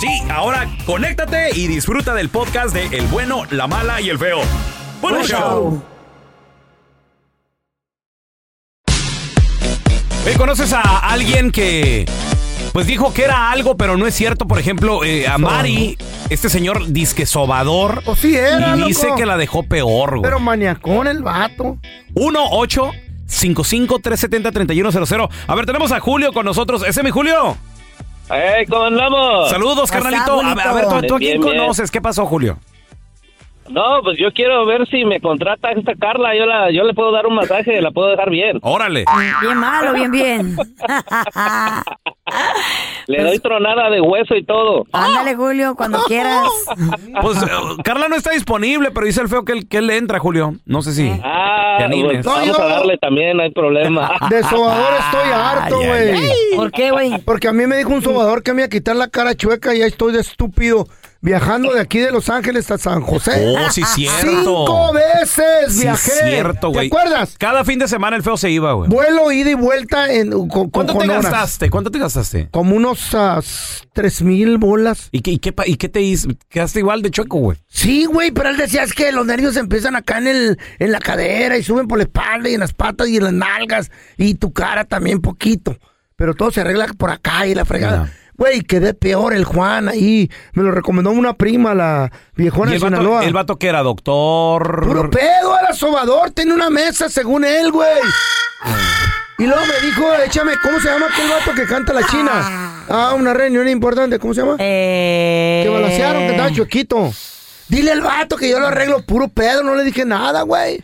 Sí, ahora conéctate y disfruta del podcast de El bueno, la mala y el feo. ¡Bueno show! Oye, ¿Conoces a alguien que pues dijo que era algo, pero no es cierto? Por ejemplo, eh, a Mari, este señor disque sobador. Pues sí era, Y dice loco. que la dejó peor, güey. Pero maniacón el vato. 1 8 55 370 3100 A ver, tenemos a Julio con nosotros. ¿Ese es mi Julio? ¡Ey, cómo Ah. andamos! Saludos, Hola, carnalito. A ver, a ver, ¿tú, tú a quién Bien, bien. conoces? ¿Qué pasó, Julio? No, pues yo quiero ver si me contrata esta Carla. Yo la, yo le puedo dar un masaje, la puedo dejar bien. Órale. Bien malo, bien, bien. Le pues. doy tronada de hueso y todo. Ándale, Julio, cuando quieras. Pues eh, Carla no está disponible, pero dice el feo que él, que él le entra, Julio. No sé si. Te Ah, pues animes. vamos No, a yo- darle también, no hay problema. De sobador estoy harto, Ay, ay, güey. ¿Por qué, güey? Porque a mí me dijo un sobador que me iba a quitar la cara chueca y ahí estoy de estúpido. Viajando de aquí de Los Ángeles a San José. Oh, sí, cierto. Cinco veces Sí, viajé. cierto, güey. ¿Te acuerdas? Cada fin de semana el feo se iba, güey. Vuelo, ida y vuelta en, con, ¿Cuánto con te horas. gastaste? ¿Cuánto te gastaste? Como unos ah, tres mil bolas. ¿Y qué, y qué pa- y qué te hizo? Quedaste igual de chueco, güey. Sí, güey, pero él decía es que los nervios empiezan acá en el en la cadera y suben por la espalda y en las patas y en las nalgas y tu cara también poquito. Pero todo se arregla por acá y la fregada. Ya. Güey, quedé peor el Juan ahí. Me lo recomendó una prima, la viejona ¿Y de el vato, Sinaloa. el vato que era doctor. Puro pedo, era sobador, tenía una mesa según él, güey. Y luego me dijo, échame, ¿cómo se llama aquel vato que canta la china? Ah, una reunión importante, ¿cómo se llama? Eh... Que balancearon, que estaba chuequito. Dile al vato que yo lo arreglo puro pedo, no le dije nada, güey.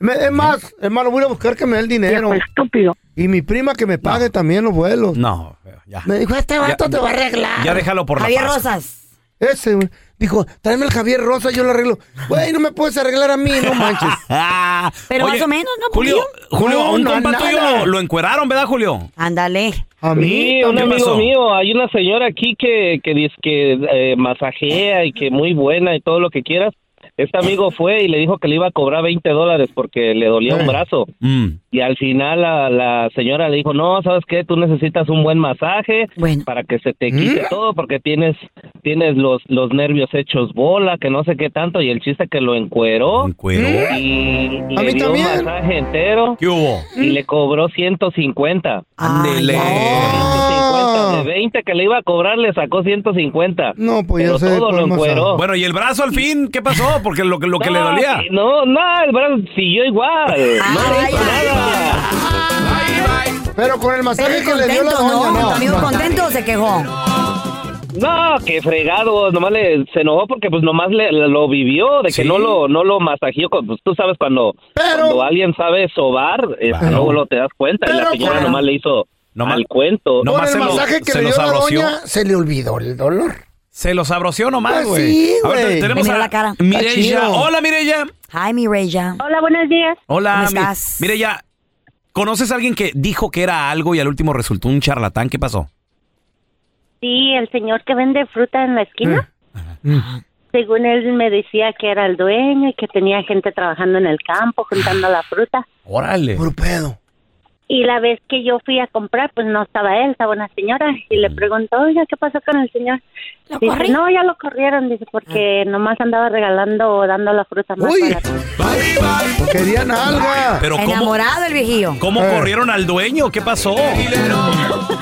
Me- Es más, es más, lo voy a buscar que me dé el dinero. estúpido. Y mi prima que me pague también los vuelos. No, feo, ya. Me dijo, este vato Ya- te va a arreglar. Ya déjalo por la Javier paz. Rosas. Ese, güey. Dijo, tráeme el Javier Rosa, yo lo arreglo. Güey, no me puedes arreglar a mí, no manches. Ah, Pero más o menos, ¿no, Julio, poquillo? Julio, No, a un no, compa nada. tuyo lo, lo encueraron, ¿verdad, Julio? Ándale. A mí, Sí, un ¿qué amigo pasó? mío, hay una señora aquí que, que dice que eh, masajea y que muy buena y todo lo que quieras. Este amigo fue y le dijo que le iba a cobrar 20 dólares porque le dolía Eh. un brazo. Mm. Y al final la, la señora le dijo, no, ¿sabes qué? Tú necesitas un buen masaje Bueno. para que se te quite ¿Mm? todo porque tienes tienes los, los nervios hechos bola, que no sé qué tanto. Y el chiste que lo encueró Mm. ¿Encueró? y A mí le dio también. un masaje entero ¿Qué hubo? y le cobró 150. Ándele. Ay, Ah. 150 de 20 que le iba a cobrar le sacó 150. No, pues Pero ya sé. todo lo cuál más encueró. Bueno, ¿y el brazo al fin? ¿Qué pasó? Porque lo, que- lo que le No, dolía. No, no, el brazo siguió igual. Ah, No le Ay, hizo ay, nada. sabe. Pero con el masaje Pero que le dio la contento, doña, ¿no? no. ¿Tu amigo no. contento o se quejó? No, qué fregado, nomás le, se enojó porque pues nomás le, lo vivió, de Sí. que no lo, no lo masajeó, con- pues tú sabes cuando, Pero- cuando alguien sabe sobar, eh, Claro. luego lo te das cuenta, y Pero la señora con- nomás le hizo Nomás- al cuento. nomás- Con el se lo- masaje que se le lo dio la sabroció. doña, se le olvidó el dolor. Se los abroció nomás, Pues güey. sí, A ver, güey. te- Me tenemos miró a la cara. Está Mireya. chido. Hola, Mireya. Ay, mi Reya. Hola, buenos días. Hola, ¿Cómo Mi- estás? Mireya. ¿Conoces a alguien que dijo que era algo y al último resultó un charlatán? ¿Qué pasó? Sí, el señor que vende fruta en la esquina. Mm. Según él me decía que era el dueño y que tenía gente trabajando en el campo juntando la fruta. Órale. Puro pedo. Y la vez que yo fui a comprar, pues no estaba él, estaba una señora. Y le pregunto, oiga, ¿qué pasó con el señor? ¿Lo Dice, corrí? no, ya lo corrieron, dice, porque nomás andaba regalando o dando la fruta más Ah. Uy. barata. Querían alga. Pero ¿cómo, Enamorado el viejillo. cómo Eh. corrieron al dueño? ¿Qué pasó?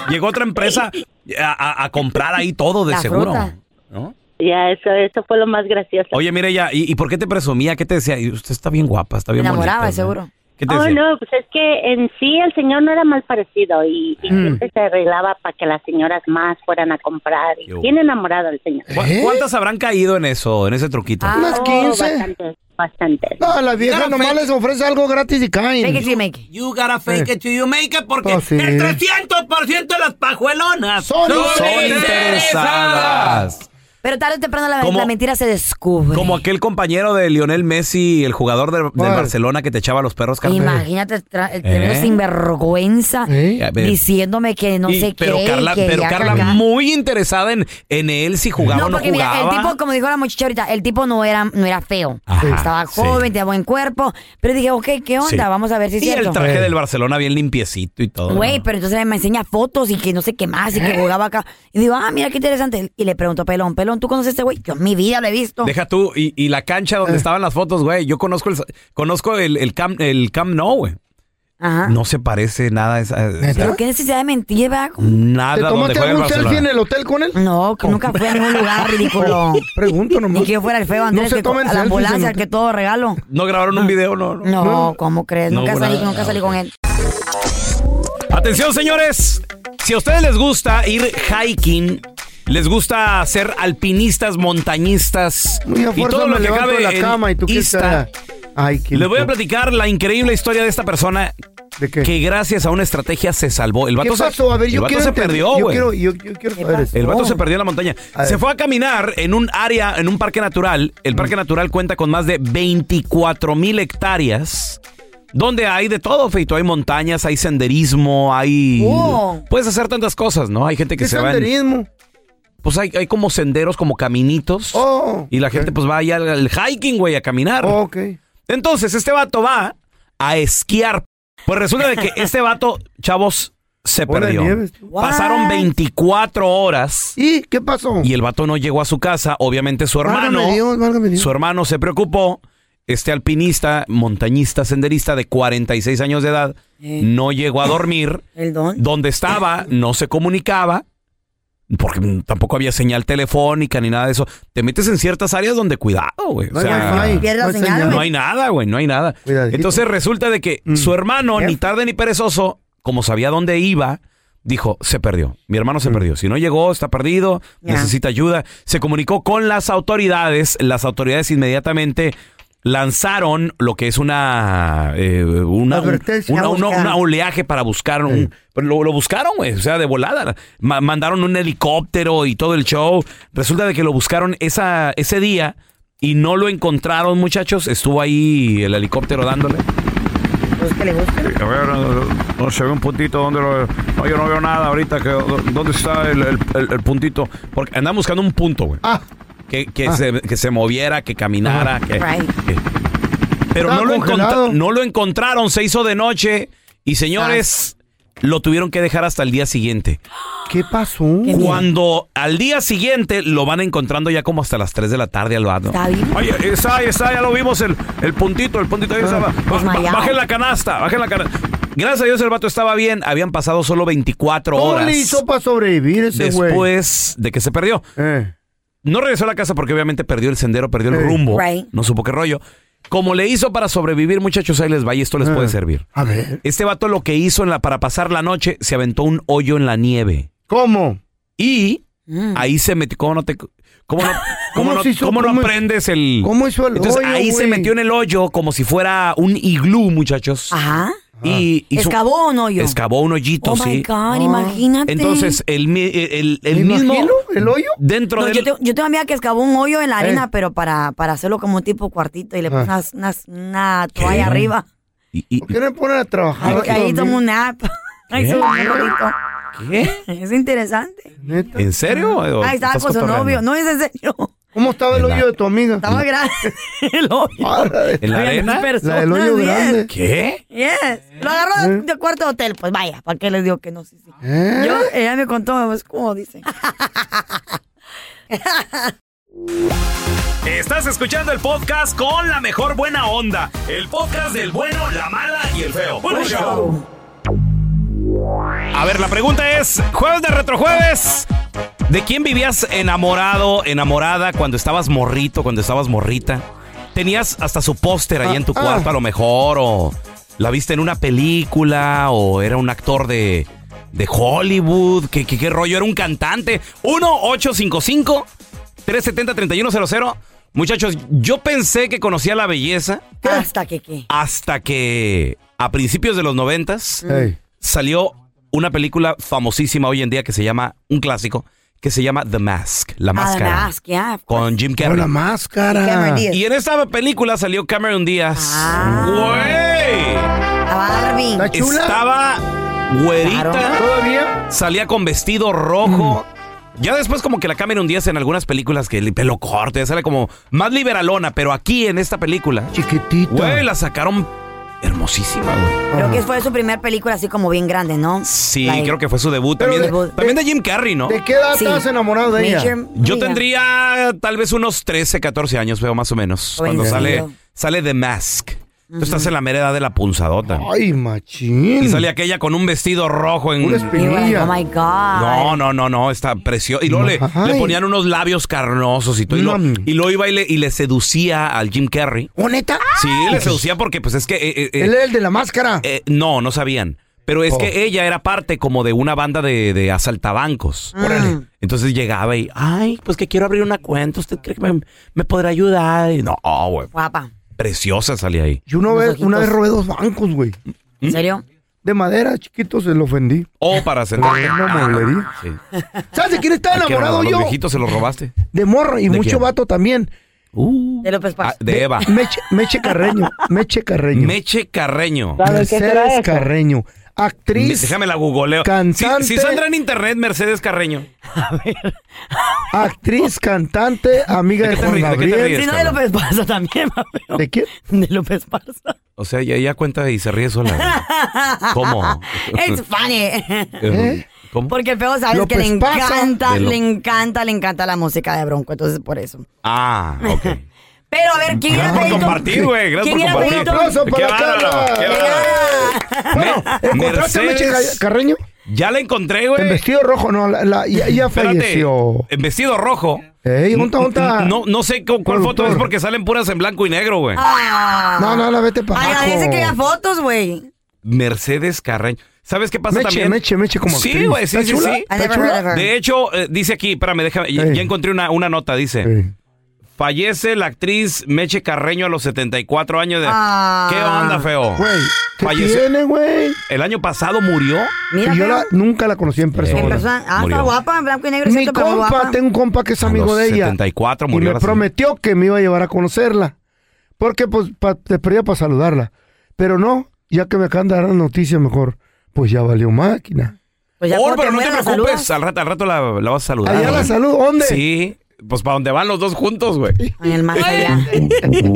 Llegó otra empresa. a, a- a comprar ahí todo de La seguro. fruta. ¿no? Ya, eso, eso fue lo más gracioso. Oye, mire ya, ¿y, y por qué te presumía? ¿Qué te decía? Y Usted está bien guapa, está bien Enamoraba, bonita, ¿no? seguro. ¿Qué te Oh, decía? no, pues es que en sí el señor no era mal parecido y, y Mm. siempre se arreglaba para que las señoras más fueran a comprar. Y Yo. bien enamorado el señor. ¿Cu- ¿Eh? ¿Cuántas habrán caído en eso, en ese truquito? Unas Oh, 15. bastantes, bastantes. Ah, la vieja nomás les ofrece algo gratis y caen. Fake it till you make it. You gotta fake Eh. it till you make it porque Pues sí. el 300% de las pajuelonas Son- son interesadas. Pero tarde o temprano la, Como- la mentira se descubre. Como aquel compañero de Lionel Messi, el jugador de- del ¿Cuál? Barcelona que te echaba los perros, Carla. Imagínate tra- el tremendo ¿Eh? sinvergüenza ¿Eh? Ya ves. diciéndome que no Y- sé pero qué. y Carla, que pero ya Carla acá. muy interesada en, en él, si jugaba No, o no porque mira, jugaba. el tipo, como dijo la muchacha ahorita, el tipo no era, no era feo. Ajá, Estaba sí. joven, tenía buen cuerpo. Pero dije, ok, ¿qué onda? Sí. Vamos a ver si es y cierto. el traje Eh. del Barcelona bien limpiecito y todo. Güey, pero entonces me enseña fotos y que no sé qué más y ¿Eh? que jugaba acá. Y digo, ah, mira qué interesante. Y le pregunto, Pelón, Pelón, ¿tú conoces a este güey? Yo en mi vida lo he visto. Deja tú, y, y la cancha Eh. donde estaban las fotos, güey. Yo conozco el, conozco el, el Camp, el Camp Nou, güey. Ajá. No se parece nada a esa. Pero qué necesidad de mentir, ¿verdad? Nada ¿Te donde tomaste juega el algún selfie en Barcelona. el hotel con él? No, que nunca fui a ningún lugar ridículo. Pregunto nomás. Ni que yo fuera el feo No Andrés, se que co- tomen a la selfies en ambulancia, al hotel. que todo regalo. No grabaron un video, no, no. No, ¿cómo crees? No Nunca hubo salí, nada. nunca salí con él. Atención, señores. Si a ustedes les gusta ir hiking, les gusta ser alpinistas, montañistas Muy a y fuerza todo lo me que levanto cabe de la en cama y tú qué Insta, estás. Ay, qué Les voy a lindo. platicar la increíble historia de esta persona ¿De qué? que gracias a una estrategia se salvó. El ¿Qué vato, se- pasó? A ver, el yo vato quiero se entender- perdió, Yo güey. quiero, yo, yo quiero saber Oh, eso. El vato se perdió en la montaña. A Se ver. fue a caminar en un área, en un parque natural. El parque natural cuenta con más de 24 mil hectáreas. Donde hay de todo, Feito. Hay montañas, hay senderismo, hay... Oh. Puedes hacer tantas cosas, ¿no? Hay gente que ¿Qué se va en- senderismo? Pues hay, hay como senderos, como caminitos. Oh. y la gente pues va ahí al, al hiking, güey, a caminar. Oh, ok. Entonces, este vato va a esquiar. Pues resulta de que este vato, chavos, se Bola de perdió. nieves, tú. Pasaron What? 24 horas ¿Y qué pasó? y el vato no llegó a su casa. Obviamente su hermano, Válgame Dios, válgame Dios. su hermano se preocupó. Este alpinista, montañista, senderista de 46 años de edad, Eh. no llegó a dormir. El don. Donde estaba no se comunicaba. Porque tampoco había señal telefónica ni nada de eso. Te metes en ciertas áreas donde cuidado, güey. O No hay sea, wifi, pierde no la hay señal, señal. no hay nada, güey, no hay nada. Cuidadito. Entonces resulta de que Mm. su hermano, Yep. ni tarde ni perezoso, como sabía dónde iba, dijo, se perdió. Mi hermano se perdió. Si no llegó, está perdido, Ya. necesita ayuda. Se comunicó con las autoridades. Las autoridades inmediatamente lanzaron lo que es una eh, una, un- Advertencia. una- una- Buscar. una oleaje para buscar un- pero lo, lo buscaron güey o sea de volada Ma- mandaron un helicóptero y todo el show resulta de que lo buscaron esa ese día y no lo encontraron muchachos estuvo ahí el helicóptero dándole Búsquele, búsquele. a ver, no, no se ve un puntito donde lo... No, yo no veo nada ahorita. Que, ¿Dónde está el, el- el- el puntito? Porque andan buscando un punto, güey. Ah, Que, que se, que se moviera, que caminara. Que, Right. que- Pero Estaba no lo, congelado. encontra- no lo encontraron, se hizo de noche. Y señores, lo tuvieron que dejar hasta el día siguiente. ¿qué pasó? Cuando al día siguiente lo van encontrando ya como hasta las 3 de la tarde al vato. Está bien. Oye, está, ahí está, ya lo vimos, el, el puntito, el puntito. Ah, Ahí estaba. pues Pues, Ba- ba- Desmayado. Bajen la canasta, bajen la canasta. Gracias a Dios el vato estaba bien, habían pasado solo 24 ¿Cómo horas le hizo para sobrevivir ese güey? después de que se perdió. Eh. No regresó a la casa porque obviamente perdió el sendero, perdió el Eh. rumbo, Right. no supo qué rollo. Como le hizo para sobrevivir, muchachos, ahí les va y esto les Eh. puede servir. A ver. Este vato lo que hizo en la, para pasar la noche, se aventó un hoyo en la nieve. ¿Cómo? Y Mm. ahí se metió. ¿Cómo no te.? ¿Cómo no, cómo ¿Cómo no, se hizo? cómo no ¿Cómo- aprendes el.? ¿Cómo hizo el Entonces hoyo, ahí güey? se metió en el hoyo como si fuera un iglú, muchachos. Ajá. Y hizo- ¿Escabó o no yo? Excavó un hoyito, Oh my sí. God, imagínate. Entonces, el, mi- el, el ¿Me mismo. imagino? ¿El hoyo? Dentro No, del. yo, tengo, yo tengo amiga que excavó un hoyo en la Eh. arena, pero para, para hacerlo como un tipo cuartito y le puso Ah. unas- unas- una toalla arriba. y- y- ¿Por qué no me ponen a trabajar? Ahí, ahí aquí tomó conmigo? un nap. Ahí ¿Qué? se volvió loquito. ¿Qué? Es interesante. ¿Neta? ¿En serio? Ah, ¿O Ahí estaba Oh, estás con su cotorreando? novio. No es en serio. ¿Cómo estaba el En la- hoyo de tu amiga? Estaba grande. El hoyo. Para de- ¿En la arena? La del hoyo grande. ¿Qué? ¿Eh? Yes. Lo agarró de- de cuarto de hotel. Pues vaya, ¿para qué les digo que no? Sí, sí. ¿Eh? Yo, ella me contó, es como dicen. Estás escuchando el podcast con la mejor buena onda. El podcast del bueno, la mala y el feo. A ver, la pregunta es, jueves de retrojueves, ¿de quién vivías enamorado, enamorada cuando estabas morrito, cuando estabas morrita? ¿Tenías hasta su póster ahí en tu cuarto a lo mejor? ¿O la viste en una película? ¿O era un actor de, de Hollywood? ¿Qué, qué, qué rollo? ¿Era un cantante? 1-855-370-3100. Muchachos, yo pensé que conocía la belleza Hasta que qué. hasta que a principios de los noventas Ey. salió una película famosísima hoy en día que se llama, un clásico, que se llama The Mask, La Máscara, Ah, las que, ah, con Jim Con la Carrey. máscara. Cameron Díaz. Y en esta película salió Cameron Díaz. Ah. ¡Güey! a Barbie. ¿Está chula? Estaba güerita, ¿Todavía? salía con vestido rojo. Ya después como que la Cameron Díaz en algunas películas que el pelo corto, ya sale como más liberalona, pero aquí en esta película, Chiquitita. güey, la sacaron hermosísima, güey. Creo que fue su primer película así como bien grande, ¿no? Sí, creo que fue su debut. Pero También, de- también de Jim Carrey, ¿no? ¿De qué edad estabas enamorado de ella? Yo tendría tal vez unos 13, 14 años, veo más o menos. cuando sale, Jovencillo. sale The Mask. Tú estás en la mera edad de la punzadota. Ay, machín. Y sale aquella con un vestido rojo en... Una espinilla. oh my God. No, no, no, no, está precioso. Y luego le, Ay. le ponían unos labios carnosos y todo. Y, lo, Mm. y luego iba y le, y le seducía al Jim Carrey. ¿Oh, neta? Sí, le seducía porque pues es que... eh, eh, eh, Él Oh. es el de la máscara. Eh, no, no sabían. Pero es que ella era parte como de una banda de, de asaltabancos. Mm. Órale. Entonces llegaba y, ay, pues que quiero abrir una cuenta. ¿Usted cree que me, me podrá ayudar? Y no, güey. Guapa. Preciosa salía ahí. Yo una Unos vez, ojitos. una vez robé dos bancos, güey. ¿En ¿Mm? serio? De madera, chiquito, se lo ofendí. O para hacer. En una mueblería. Sí. ¿Sabes de quién estaba ¿A qué enamorado hora? yo? Los viejitos se los robaste. De morro y mucho quién? vato también. Uh. De López Paz. Ah, de Eva. Meche, Meche Carreño. Meche Carreño. Meche Carreño. ¿Sabes qué será Mercedes eso? Carreño. Actriz, Déjame la googleo. Cantante. Si, si saldrá en internet, Mercedes Carreño. actriz, cantante, amiga ¿De de qué te Juan ríes? ¿De qué te Gabriel. ríes? Si no, de López Paz también, mami. ¿De quién? De López Paz. O sea, ya, ya cuenta y se ríe sola. güey. ¿Cómo? It's funny. ¿Eh? ¿Cómo? Porque el feo sabes López que le Paz, ¿ah? encanta, De lo- le encanta, le encanta la música de Bronco, entonces por eso. Ah, ok. Pero a ver, ¿quién era Gracias por Feito? compartir, güey. Gracias ¿Quién por era compartir. Feito? aplauso para Qué bárbaro, Carla. qué bárbaro. Me- ¿Encontraste a Meche Mercedes, Ca- Carreño? Ya la encontré, En güey. vestido rojo, no, la, la- ya, ya Espérate, Eh, falleció. En vestido rojo. Ey, onta, onta. No, no sé cu- cuál foto Productor. es porque salen puras en blanco y negro, güey. Ah. No, no, la vete para abajo. Agradece que haya fotos, güey. Mercedes Carreño. ¿Sabes qué pasa Meche, también? Meche, Meche como Sí, actriz. güey, sí, ¿Está sí, chula? sí. I ¿Está never chula? heard of her. De hecho, eh, dice aquí, espérame, déjame, ya, Ey. ya encontré una, una nota, dice. Sí. Fallece la actriz Meche Carreño a los 74 años de... Ah. ¿Qué onda, feo? Güey, ¿qué Falleció. tiene, güey? ¿El año pasado murió? Mira, Y yo feo. la- nunca la conocí en persona. En persona. Ah, Murió. está guapa, en blanco y negro, Mi cierto, pero compa, guapa. tengo un compa que es A amigo los de ella. 74 y murió me la señora. prometió que me iba a llevar a conocerla. Porque pues pa- te pedía para saludarla. Pero no, ya que me acaban de dar la noticia mejor, pues ya valió máquina. Pues ya Oh, cuando pero no te mueras, la preocupes, saludas. al rato, al rato la, la vas a saludar. Allá güey. la salud, ¿dónde? Sí, pues para donde van los dos juntos, güey. En el más allá.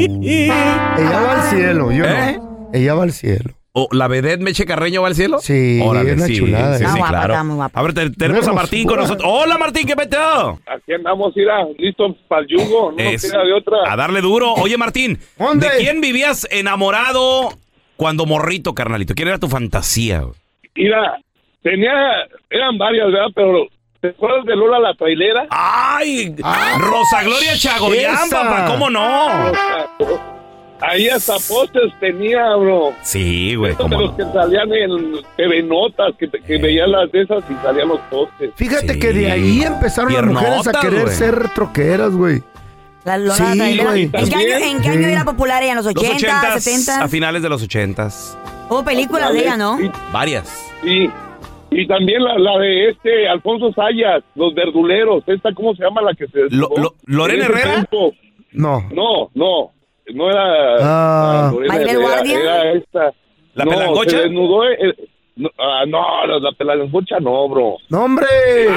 Ella va Ah. al cielo, yo ¿Eh? no. Ella va al cielo. ¿O la vedette Meche Carreño va al cielo? Sí, una sí, chulada, sí, ¿eh? sí, Está guapa, claro. está muy guapa. A ver, te- tenemos a Hermosura. Martín con nosotros. Hola, Martín, ¿qué peteo? Aquí andamos, mira, listos para el yugo, no Es- nos queda de A otra. darle duro. Oye, Martín, ¿Dónde? ¿de quién vivías enamorado cuando morrito, carnalito? ¿Quién era tu fantasía? güey? Mira, tenía, eran varias, ¿verdad? Pero, ¿te acuerdas de Lola la trailera? ¡Ay! Rosa Gloria Chagoyán, Ah, esa. papá, ¿cómo no? Ah. Ahí hasta postes tenía, bro. Sí, güey, Estos de cómo los no. que salían en TV Notas, que, que veían las de esas y salían los postes. Fíjate Sí. que de ahí empezaron las mujeres a Piernotas, querer güey. ser troqueras, güey. La Lola Sí, Trailera. güey. ¿En qué año, en qué Sí. año era popular ella? ¿En los 80, Los ochentas, 70? a finales de los ochentas. Hubo películas de ella, ¿no? Y, Varias. y- y también la, la de este, Alfonso Sayas, Los Verduleros, esta, ¿cómo se llama la que se... Lo- lo- ¿Lorena en ese Herrera? tiempo? No. No, no, no era. Ah. ah, Lorena ¿Maribel Herrera, Guardia? Era esta. ¿La no, pelangocha? Se desnudó. eh, no, ah, no, la, la pelangocha no, bro. No, hombre.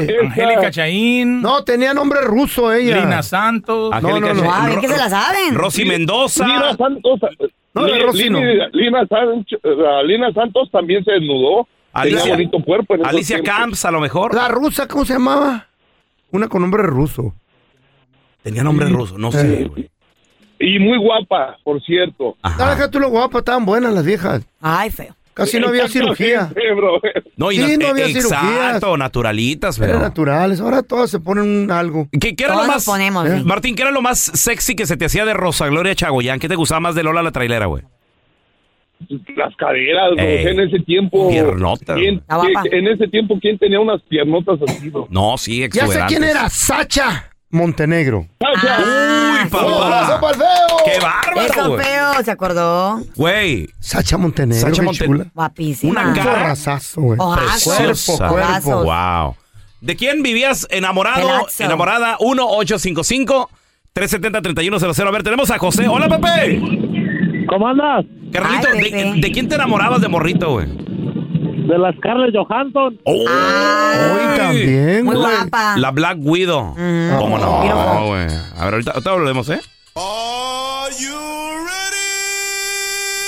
Esta- Angélica Chaín, No, tenía nombre ruso ella. Lina Santos. Angélica no, no. Ch- Guau, bien que se la saben. Rosy Mendoza. Lina Santos. eh, No, la Li- Rosy no. Lina, Lina Sancho- ah, Lina Santos también se desnudó. Alicia- Tenía bonito cuerpo. en esos Alicia tiempos. Camps, a lo mejor. La rusa, ¿cómo se llamaba? Una con nombre ruso. Tenía nombre ruso, no sé, güey. Y muy guapa, por cierto. Ah, deja tú lo guapa, estaban buenas las viejas. Ay, feo. Casi no había cirugía. Eh, No, y Sí, na- no había eh, exacto, naturalitas, Eran pero. naturales. Ahora todas se ponen un algo. ¿Qué, qué era Todos lo nos más, ponemos, Eh. sí. Martín, ¿qué era lo más sexy que se te hacía de Rosa Gloria Chagoyán? ¿Qué te gustaba más de Lola la trailera, güey? Las caderas, güey, Ey, en ese tiempo. Eh, piernota, ¿quién- güey. qué- Ah, guapa. en ese tiempo, ¿quién tenía unas piernotas así, güey? No, Ya sí, sé exuberantes. quién era. Sacha Montenegro. Ah, Uy, papá. ¡Qué bárbaro, Eso güey! feo, ¿se acordó? Güey, Sacha Montenegro. Sacha qué Monte- chula. Guapísima. Una Un cara. Zorrazazo, güey. Ojazos. Preciosa. Ojazos. wow. ¿De quién vivías enamorado, Pelazo. enamorada? 1-855-370-3100. A ver, tenemos a José. ¡Hola, Pepe! ¿Cómo andas? Carnalito, Ay, ¿de, Pepe. de quién te enamorabas de morrito, güey? De las Carles Johansson. ¡Oh! Hoy también, Muy güey. guapa. La Black Widow. ¿Cómo no, Beautiful. güey? A ver, ahorita, ahorita volvemos, ¿eh?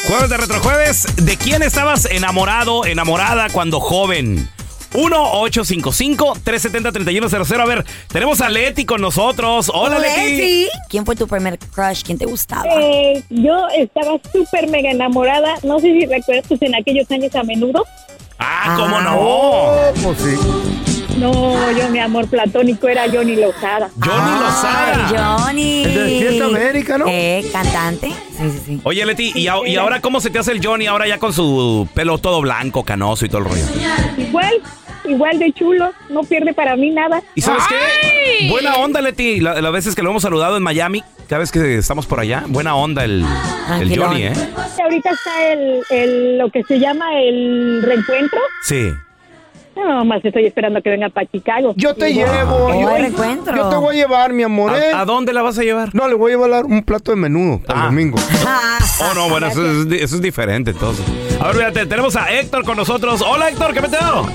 Jueves de Retrojueves, ¿de quién estabas enamorado, enamorada cuando joven? 1-855-370-3100. A ver, tenemos a Leti con nosotros. Hola, Leti. Leti. ¿Quién fue tu primer crush? ¿Quién te gustaba? Eh, yo estaba súper mega enamorada. No sé si recuerdas pues, en aquellos años a menudo. Ah, ¿cómo Ah. no? Pues sí. No, yo mi amor platónico era Johnny Lozada. Johnny Ah, Ay, Lozada. Johnny. El de Despierta América, ¿no? Eh, cantante. Sí, sí, sí. Oye, Leti, ¿y, a- y ahora cómo se te hace el Johnny? Ahora ya con su pelo todo blanco, canoso y todo el rollo. Igual, igual de chulo. No pierde para mí nada. ¿Y sabes qué? Buena onda, Leti. La- Las veces que lo hemos saludado en Miami, cada vez que estamos por allá, buena onda el, el Tranquilón. Johnny, ¿eh? Ahorita está el, el- lo que se llama el reencuentro. Sí. No, más estoy esperando que venga para Chicago. Yo te llevo. Oh, yo, reencuentro. yo te voy a llevar, mi amor. ¿eh? ¿A, a dónde la vas a llevar? No, le voy a llevar un plato de menudo para Ah. el domingo. Ah, Oh, no, bueno, eso es, eso es diferente entonces. A ver, fíjate, tenemos a Héctor con nosotros. Hola, Héctor, ¿qué meteo?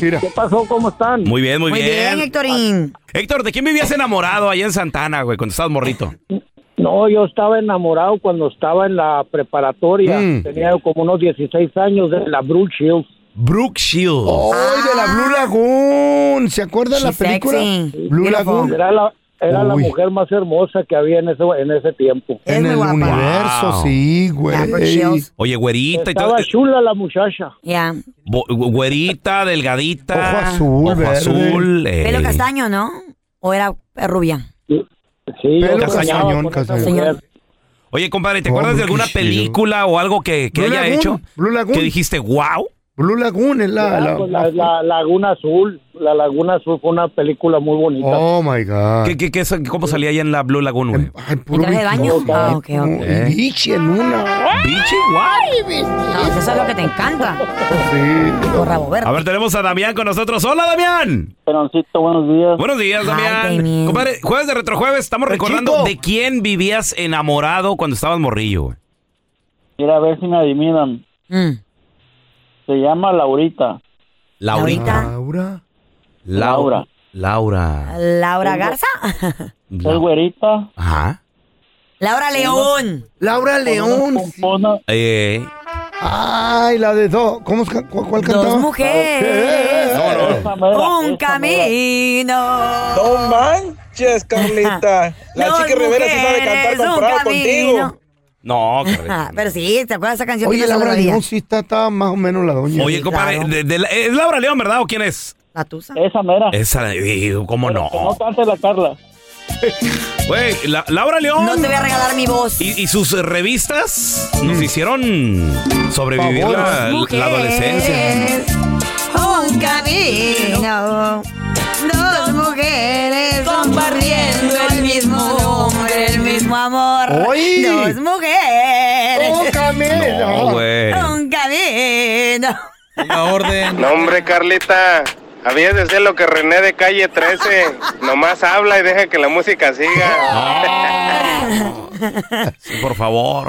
Mira. Ah. pasó? ¿Cómo están? Muy bien, muy, muy bien. bien, Héctorín. Héctor, ¿de quién vivías enamorado allá en Santana, güey, cuando estabas morrito? No, yo estaba enamorado cuando estaba en la preparatoria. Mm. Tenía como unos 16 años de la Brooke Shields. Brooke Shields. ¡Ay, de la Blue Lagoon! ¿Se acuerda la She's película? sexy. Blue Beautiful. Lagoon. Era la, era la Uy. mujer más hermosa que había en ese, en ese tiempo. Es En muy el guapa. universo, Wow. sí, La Brooke güey. Shields. Oye, güerita y todo. Estaba chula la muchacha. Ya. Bo- Güerita, delgadita. Ojo azul, Ojo verde. azul. eh. Pelo castaño, ¿no? ¿O era rubia? Sí, yo Pelo soñaba castañón, con esa castañón. mujer. Oye, compadre, ¿te Oh, acuerdas de Blue alguna Shield. película o algo que, que Blue haya Lagoon, hecho? Blue Lagoon. Que dijiste, wow. Blue Lagoon es la... Ah, la- pues la, la Laguna Azul, la Laguna Azul fue una película muy bonita. Oh, my God. ¿Qué, qué, qué, cómo salía ahí en la Blue Lagoon, güey? Ay, puro ¿El traje de baño? bicho. Ah, ok, ok. Como- ¿Eh? y biche en una. ¿Bichi? Guau. No, eso es lo que te encanta. Sí. Por rabo verde. A ver, tenemos a Damián con nosotros. ¡Hola, Damián! Peroncito, buenos días. Buenos días, Ay, Damián. Damián. Compadre, jueves de retrojueves, estamos Pero recordando chico. de quién vivías enamorado cuando estabas morrillo, güey. Quiero ver si me adivinan. Mm. Se llama Laurita. Laurita. Laura. Laura. Laura. Laura Garza. Es güerita. Ajá. Laura León. Laura León. Pompona. Eh, Ay, la de dos. ¿Cómo, es ca- cu- ¿Cuál cantaba? Dos Eh, mujeres. eh, eh. Esa mera, Un esa mera. camino. No manches, Carlita. La Dos chica Rivera se sabe cantar mujeres, comparado un contigo. camino. no, Ah, carnal. Pero sí, ¿te acuerdas de esa canción? que Oye, hizo el Laura otro día? León sí está, está más o menos la doña. Oye, Sí, compadre, claro. de- de la- ¿es Laura León, verdad? ¿O quién es? La tusa. Esa Ah. mera. Esa, eh, ¿cómo no? Que no cante la Carla. Güey, la- Laura León. No te voy a regalar mi voz. Y, y sus revistas nos hicieron sobrevivir Mm. Favor. la, la adolescencia. Un camino. Dos mujeres compartiendo el mismo hombre, el mismo amor. ¡Oy! Dos mujeres. ¡Oh, No, Camila! güey. Un camino. La orden. No, hombre, Carlita. Habías de ser lo que René de calle 13. Nomás habla y deja que la música siga. Sí, por favor.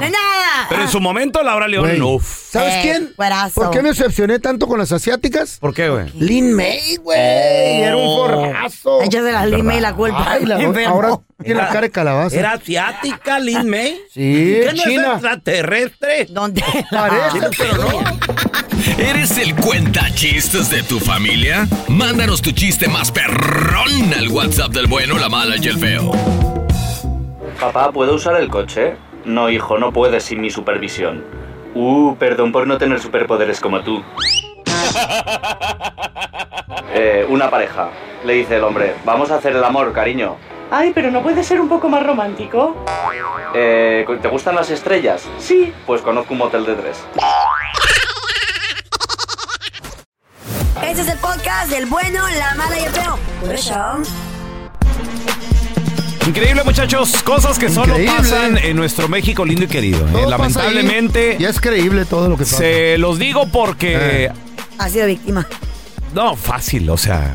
De nada. Pero en su momento, Laura León, Güey, uf. ¿Sabes Eh, quién? güerazo. ¿Por qué me decepcioné tanto con las asiáticas? ¿Por qué, güey? Oh. Lin May, güey. Oh. Era un forrazo. Échase la lima y la culpa. Ay, la doña. Enfermo. Ahora tiene la cara de calabaza. asiática, Lin May. Sí, China. extraterrestre? ¿Dónde? Parece, pero Ah, no. ¿Eres el cuenta chistes de tu familia? Mándanos tu chiste más perrón al WhatsApp del bueno, la mala y el feo. Papá, ¿puedo usar el coche? No, hijo, no puedes sin mi supervisión. Uh, perdón por no tener superpoderes como tú. Eh, una pareja. Le dice el hombre, vamos a hacer el amor, cariño. Ay, pero no puede ser un poco más romántico. Eh, ¿Te gustan las estrellas? Sí. Pues conozco un motel de tres. Este es el podcast del bueno, la mala y el feo. Por eso. Increíble, muchachos. Cosas que Increíble. solo pasan en nuestro México lindo y querido. eh. Todo pasa ahí. Lamentablemente, Y es creíble todo lo que pasa. se los digo porque. Ha sido víctima. No, fácil, o sea.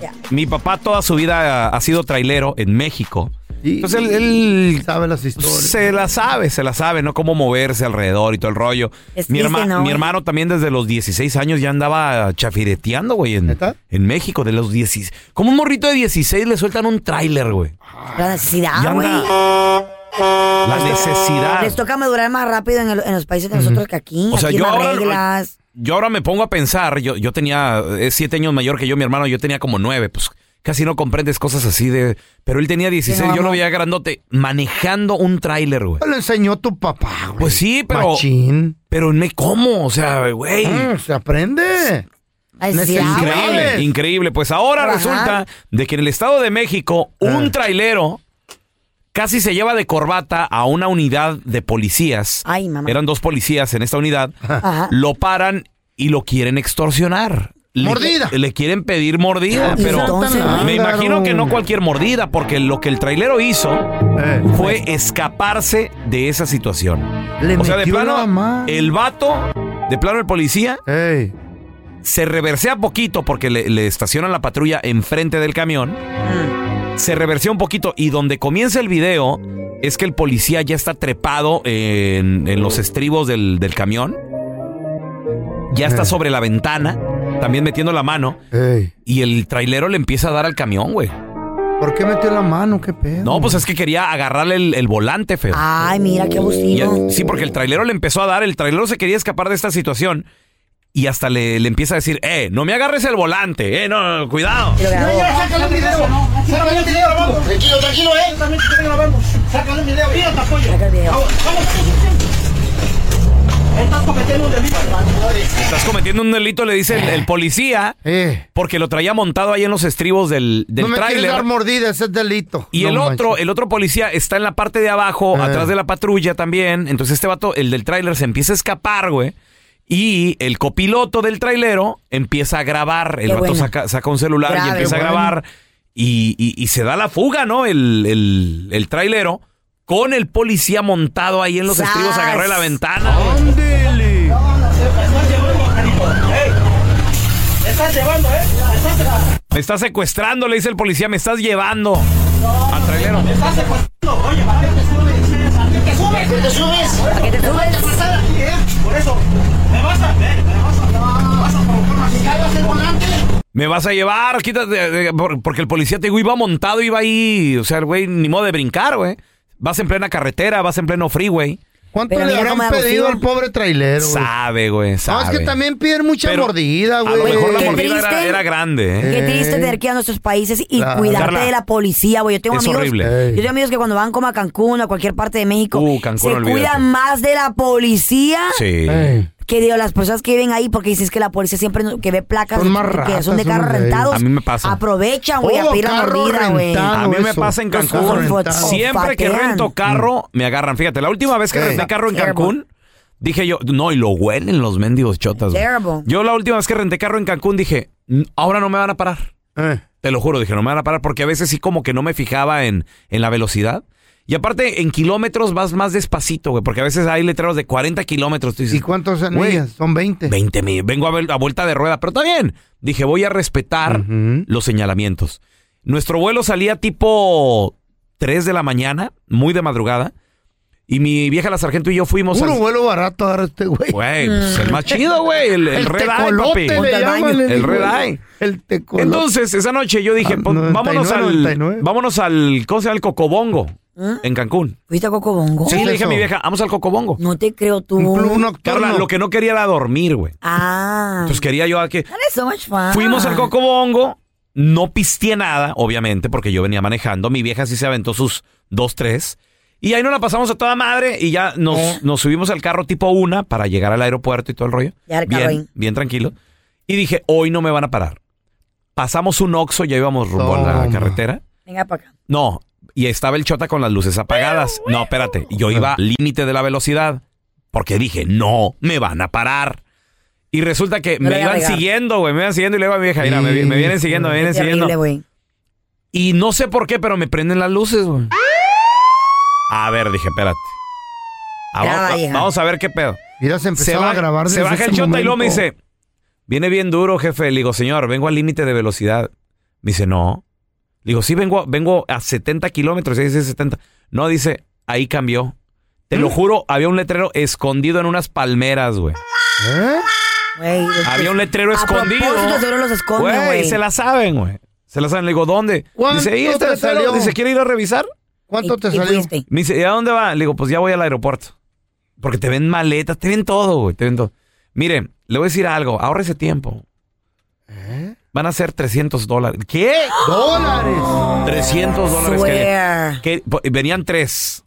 Ya. Mi papá toda su vida ha sido trailero en México. Entonces él, él sabe las historias. Se la sabe, se la sabe, ¿no? Cómo moverse alrededor y todo el rollo. Es mi, triste, herma- ¿no? mi hermano también desde los 16 años ya andaba chafireteando, güey, en, en México, de los 16. Como un morrito de 16 le sueltan un tráiler, güey. La Ah, necesidad, Ya güey. La necesidad. Les toca madurar más rápido en, el- en los países que nosotros que aquí. O sea, aquí yo más ahora- reglas. Yo ahora me pongo a pensar, yo, yo tenía, es siete años mayor que yo, mi hermano, yo tenía como nueve, pues casi no comprendes cosas así de... Pero él tenía 16, yo lo vamos. veía grandote, manejando un tráiler, güey. Lo enseñó tu papá, güey. Pues sí, pero... Machín. Pero me ¿cómo? O sea, güey. Ah, se aprende. Necesidades. Increíble, increíble. Pues ahora Ajá. resulta de que en el Estado de México, un trailero casi se lleva de corbata a una unidad de policías. Ay, mamá. Eran dos policías en esta unidad. Ajá. Lo paran y lo quieren extorsionar. Le- Mordida. Le, quieren pedir mordida, Y pero Ah, entonces, me ándaro. imagino que no cualquier mordida, porque lo que el trailero hizo fue escaparse de esa situación. Le o sea, de metió plano, la mano. el vato, de plano el policía, se reversea poquito porque le, le estacionan la patrulla enfrente del camión. Se reversea un poquito y donde comienza el video es que el policía ya está trepado en, en los estribos del, del camión. Ya está sobre la ventana, también metiendo la mano. Ey, Y el trailero le empieza a dar al camión, güey. ¿Por qué metió la mano? ¿Qué pedo? No, pues es que quería agarrarle el, el volante, feo. Ay, mira qué Y abusivo. el- sí, porque el trailero le empezó a dar, el trailero se quería escapar de esta situación y hasta le, le empieza a decir, eh, no me agarres el volante, eh, no, no, cuidado. sácale un video. Sácale un video, vamos. Tranquilo, tranquilo, eh. También te grabamos. Sácale un video. Mira, te apoyo. Sácale el video. Vamos. Estás cometiendo un delito. Estás cometiendo un delito, le dice el, el policía, porque lo traía montado ahí en los estribos del, del no me quieres tráiler. dar mordida, ese es delito. Y No el manches. otro, el otro policía está en la parte de abajo, Eh. atrás de la patrulla también. Entonces este vato, el del tráiler, se empieza a escapar, güey. Y el copiloto del trailero empieza a grabar. El Qué vato bueno. saca, saca un celular Grave, y empieza a bueno. grabar. Y, y- y se da la fuga, ¿no? El, el, el trailero con el policía montado ahí en los ¡Sas! estribos, agarré la ventana. Estás llevando, carito. Ey. Estás llevando, eh. Estás llevando. Me está secuestrando, le dice el policía, me estás llevando al trailero. Estás secuestrando. Oye, ¿para qué te subes? ¿Para qué te subes? ¿Para qué te subes? ¿Para qué te subes? aquí, eh. Por eso. Me vas a... Me vas a... Me vas a provocar más. Si cargas el volante... Me vas a llevar, quítate, eh, por- porque el policía te digo, iba montado, iba ahí, o sea, el güey, ni modo de brincar, güey. Vas en plena carretera, vas en pleno freeway. ¿Cuánto le habrán pedido al pobre trailero? güey? Sabe, güey, sabe. No, es que también piden mucha Pero mordida, güey. A lo mejor la Qué mordida era, triste. era grande, ¿eh? Qué triste tener que ir a nuestros países y Claro. cuidarte Carla, de la policía, güey. Yo tengo es amigos. horrible. Eh, Yo tengo amigos que cuando van como a Cancún o a cualquier parte de México, Uh, Cancún, se olvídate. cuidan más de la policía Sí. eh, que de las personas que viven ahí, porque dices que la policía siempre no- que ve placas Son más que ratas, son de son carros los reyes. rentados. A mí me pasa. Aprovechan, güey, a Todo pedir la carro mordida, güey. ah, rentado, A mí me eso. pasa en Los Cancún. carros fot- Siempre que olfatean. rento carro, Mm. me agarran. Fíjate, la última vez que Sí. renté carro en Terrible. Cancún, dije yo, no, y lo huelen los mendigos chotas. güey. Terrible. Yo la última vez que renté carro en Cancún dije, "Mm, ahora no me van a parar. Te lo juro, dije, no me van a parar porque a veces sí como que no me fijaba en, en la velocidad. Y aparte, en kilómetros vas más despacito, güey, porque a veces hay letreros de 40 kilómetros. Tú dices, ¿Y cuántos Güey, anillas? Son 20. 20 mil. Vengo a, ver- a vuelta de rueda, pero está bien. Dije, voy a respetar los señalamientos. Nuestro vuelo salía tipo 3 de la mañana, muy de madrugada. Y mi vieja, la sargento y yo fuimos Puro al- vuelo barato ahora este güey. Güey, pues, el más chido, güey. El, el El Red Eye, tecolote papi. le Ponte al llaman, baño. le El digo. Red Eye. El tecolote. Entonces, esa noche yo dije, Ah, pues, 99, vámonos al... 99. Vámonos al... ¿Cómo se llama? El Cocobongo. ¿Mm? En Cancún. ¿Fuiste a Cocobongo? Sí, le dije a mi vieja, vamos al Cocobongo. No te creo tú. Carla, lo que no quería era dormir, güey. Ah. Entonces quería yo a que... That is so much fun. Fuimos al Cocobongo, no pisteé nada, obviamente, porque yo venía manejando. Mi vieja sí se aventó sus dos, tres. Y ahí nos la pasamos a toda madre y ya nos, Eh. nos subimos al carro tipo una para llegar al aeropuerto y todo el rollo. Ya, el carro ahí. bien, bien tranquilo. Y dije, hoy no me van a parar. Pasamos un Oxxo, ya íbamos rumbo a la carretera. Venga para acá. No, y estaba el chota con las luces apagadas. No, espérate, yo iba al límite de la velocidad porque dije, no, me van a parar. Y resulta que No le me iba a iban pegar. siguiendo, güey, me iban siguiendo y le iba a mi vieja, mira, me, vi- me vienen siguiendo, me Qué vienen terrible, siguiendo. güey. Y no sé por qué, pero me prenden las luces, güey. A ver, dije, espérate. Ah, Graba, vamos, hija. vamos a ver qué pedo. Mira, se empezó a grabar Se desde baja ese el chota y luego me momento. dice, viene bien duro, jefe. Le digo, señor, vengo al límite de velocidad. Me dice, no. Le digo, sí, vengo, vengo a 70 kilómetros. Y dice 70. No, dice, ahí cambió. Te lo juro, había un letrero escondido en unas palmeras, güey. ¿Eh? Güey, los- Había un letrero a escondido. propósito, seguro los esconden, güey. se la saben, güey. Se la saben. Le digo, ¿dónde? ¿Cuánto Dice, ahí te está el letrero". salió? Dice, ¿quiere ir a revisar? ¿Cuánto te salió? Me dice, ¿y a dónde va? Le digo, pues ya voy al aeropuerto. Porque te ven maletas, te ven todo, güey. Te ven todo. Mire, le voy a decir algo. Ahorrese tiempo. Van a ser 300 dólares. ¿Qué? ¡Dólares! 300 dólares. Swear. querían. Que- po- venían tres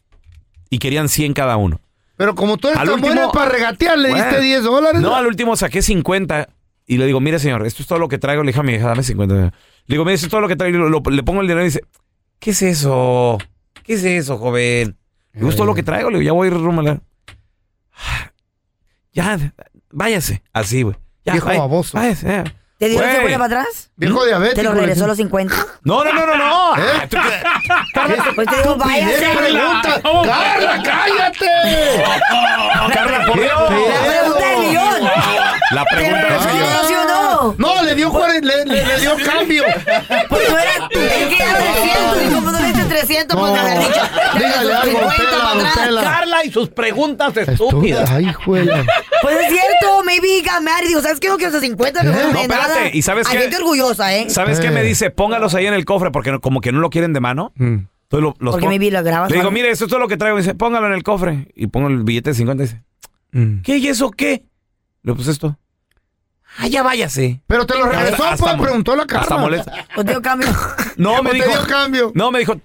y querían 100 cada uno. Pero como tú eres Al tan último- buena para regatear, le Bueno. diste 10 dólares. No, al último saqué 50 y le digo, mire, señor, esto es todo lo que traigo. Le dije a mi hija, dame 50. Le digo, mire, esto es todo lo que traigo. Y lo- le pongo el dinero y dice, ¿qué es eso? ¿Qué es eso, joven? Le digo, es todo lo que traigo. Le digo, ya voy rumbo a la- Ya, váyase. Así, güey. Ya, Viejo vay- baboso. váyase, ya. ¿Te dio Güey. ¿eh? la vuelta para atrás? Viejo ¿Te diabético, lo le regresó digo. los 50? No, no, no, no, no. Ah, tú- Pues te digo, ¿eh? váyase. Estupidez, pregunta. ¡Carla, cállate! Carla, por Dios. La pregunta del millón. no? No, le dio, cuare- le, le- le dio cambio. Pues no era tú, es que era 300 y como tú le diste 300, pues No. te haber dicho. Dígale algo, Tela, Tela. Carla y sus preguntas estúpidas. Ay, juela. Pues es cierto, maybe he got married. Digo, ¿sabes qué? No quiero esos 50, no quiero ¿Eh? No, nada. espérate, ¿y sabes Hay qué? gente orgullosa, ¿eh? ¿Sabes qué me dice? Póngalos ahí en el cofre porque no- como que no lo quieren de mano. Mm. Entonces lo- los Porque pon- maybe lo grabas Le digo, algo. mire, esto es todo lo que traigo. Me dice, póngalo en el cofre. Y pongo el billete de 50 y dice, Mm. ¿qué y eso qué? Le puse esto. Ah, ya váyase. Pero te lo Hasta- regresó, hasta pues, mo- preguntó la Carla. Hasta molesta. Pues digo, cambio. No, me te dijo. dio cambio? No, me dijo.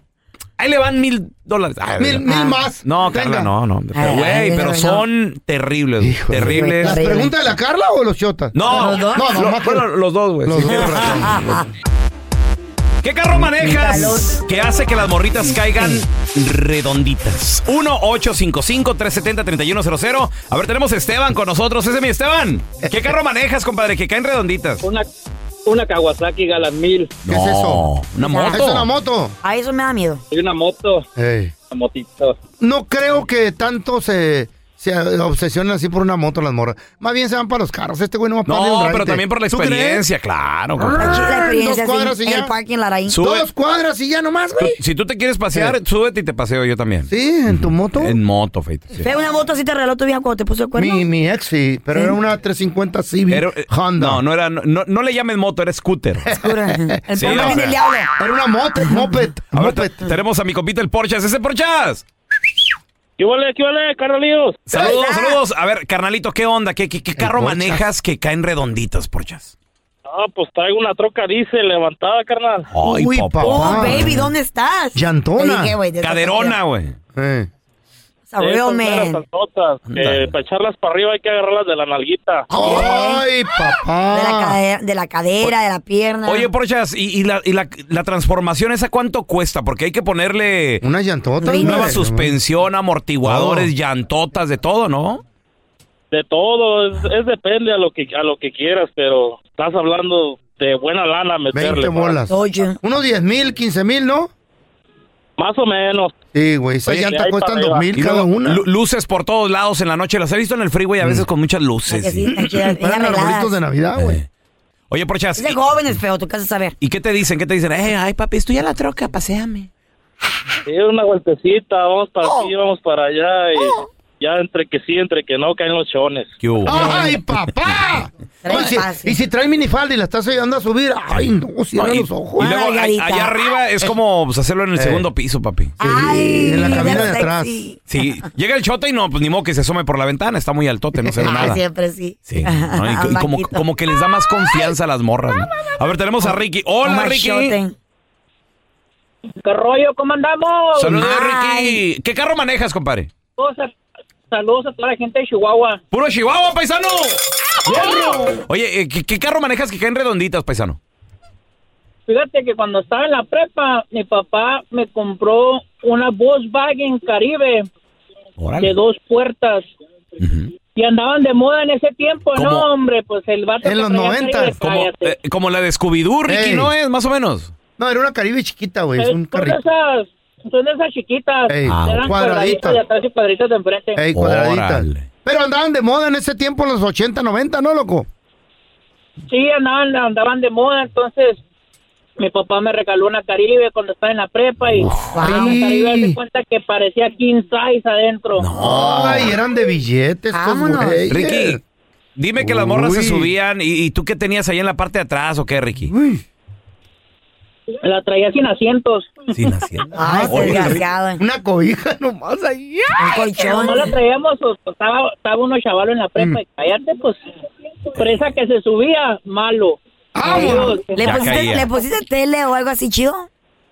Ahí le van mil dólares. Ah, Mil- no. mil más. No, Tenga. Carla, no, no. Ah, Pero, Güey, venga, pero venga. son terribles. güey, terribles. ¿Las preguntas de la Carla o los chotas? No, no, no, Lo- más que- bueno, los dos, güey. sí, tienes razón. ¿Qué carro manejas que hace que las morritas caigan redonditas? 1-855-370-3100. A ver, tenemos a Esteban con nosotros. Ese es mi Esteban. ¿Qué carro manejas, compadre, que caen redonditas? Una, una Kawasaki Galan 1000. ¿Qué es eso? Una moto. Es una moto. A eso me da miedo. Y una moto. Una motito. No creo que tanto se, se obsesionen así por una moto las morras. Más bien se van para los carros. Este güey no va para No, pero también por la experiencia, claro. compadre. Ah, La experiencia Dos cuadras así, y ya. el parking lot ahí. Sube. Dos cuadras y ya nomás, güey. Si tú te quieres pasear, súbete y te paseo yo también. Sí, en tu moto. En moto, Feito. sí. Ve una moto así te regaló tu vieja cuando te puso el cuerno. Mi, mi ex sí, pero era una 350 Civic Pero, eh, Honda. No, no era, no, no- no le llamen moto, era scooter. El Sí, pobre o que ni sea. le habla. Era una moto, moped. A ver, te- tenemos a mi compita el Porchas. ¡Ese Porchas! ¿Qué vale, qué vale, carnalíos? Saludos, saludos. A ver, carnalito, ¿qué onda? ¿Qué, qué, qué carro Porchas. manejas que caen redonditas, Porchas? Ah, pues traigo una troca diésel levantada, carnal. Ay, Uy, papá. Oh, baby, ¿dónde estás? Te dije, güey, de esa Caderona, comida. güey. Sabreo, Esas man. saltotas, que para echarlas para arriba hay que agarrarlas de la nalguita. ¡Ay, De la, papá! cadera, de la cadera, de la pierna. Ah. Oye, Porchas, ¿y, y la, y la- la transformación esa cuánto cuesta? Porque hay que ponerle Una llantota. nueva güey. suspensión, amortiguadores, llantotas, de todo, ¿no? De todo, es, es depende a lo que a lo que quieras, pero estás hablando de buena lana meterle. 20 pa. bolas. Unos 10 mil, 15 mil, ¿no? Más o menos. Sí, güey. Esas Oye, llantas ahí para cuestan arriba. 2 mil Y cada luego, una. lu- Luces por todos lados en la noche. Las he visto en el freeway a veces con muchas luces. y- Paran arbolitos de Navidad, güey. Oye, Porchas, Es de joven, es feo, tú qué haces saber. ¿y qué te dicen? ¿Qué te dicen? Eh, ay, papi, estoy a la troca, paséame. Sí, una vueltecita, vamos para aquí, Oh. vamos para allá y ya entre que sí, entre que no caen los chones. ¿Qué hubo? ¡Ay, papá! Ay, si- y si trae minifalda y la estás ayudando a subir, ¡ay, no! Cierra los ojos. Eh. Y luego, a- allá arriba es como pues, hacerlo en el segundo piso, papi. en la cabina de sexy. atrás. Sí, llega el chota y no, pues ni modo que se asome por la ventana, está muy altote, no se ve Ah, nada. siempre sí. Sí, ¿no? Ah, Y, co- y como, como que Oh, les da más confianza a las morras. ¿no? A ver, tenemos a Ricky. Hola, Omar Ricky. Schotten. ¿Qué rollo? ¿Cómo andamos? Saludos, Ricky. ¿Qué carro manejas, compadre? Saludos a- Saludos a toda la gente de Chihuahua. ¡Puro Chihuahua, paisano! Oye, eh, ¿qué, qué carro manejas que caen redonditas, paisano? Fíjate que cuando estaba en la prepa, mi papá me compró una Volkswagen Caribe de dos puertas. Y andaban de moda en ese tiempo, ¿Cómo? no, hombre, pues el vato... que traía Caribe, Como, cállate. eh, como la de Scooby-Doo, Ricky, Ey. ¿no es? Más o menos. No, era una Caribe chiquita, güey. Es un Son de carrito. esas, son de esas chiquitas, Ey, Ah, eran cuadraditas. cuadraditas de atrás y cuadraditas de enfrente. Ey, cuadraditas. Pero andaban de moda en ese tiempo, los 80, 90, ¿no, loco? Sí, andaban, andaban de moda, entonces mi papá me regaló una Caribe cuando estaba en la prepa y la Caribe haz de cuenta que parecía king size adentro. Ay, eran de billetes, estos güeyes. Ah. Ricky, dime que las morras se Eh, Uy. subían y, y tú qué tenías ahí en la parte de atrás o qué, Ricky. La traía sin asientos. Sin asientos. Ay, Oye, Una cobija nomás ahí. No la traíamos, o- o estaba, estaba unos chavalos en la Mm. prepa y cállate, pues, presa que se subía, malo. Adiós. ¿Le Ya pusiste, caía. ¿Le pusiste tele o algo así chido?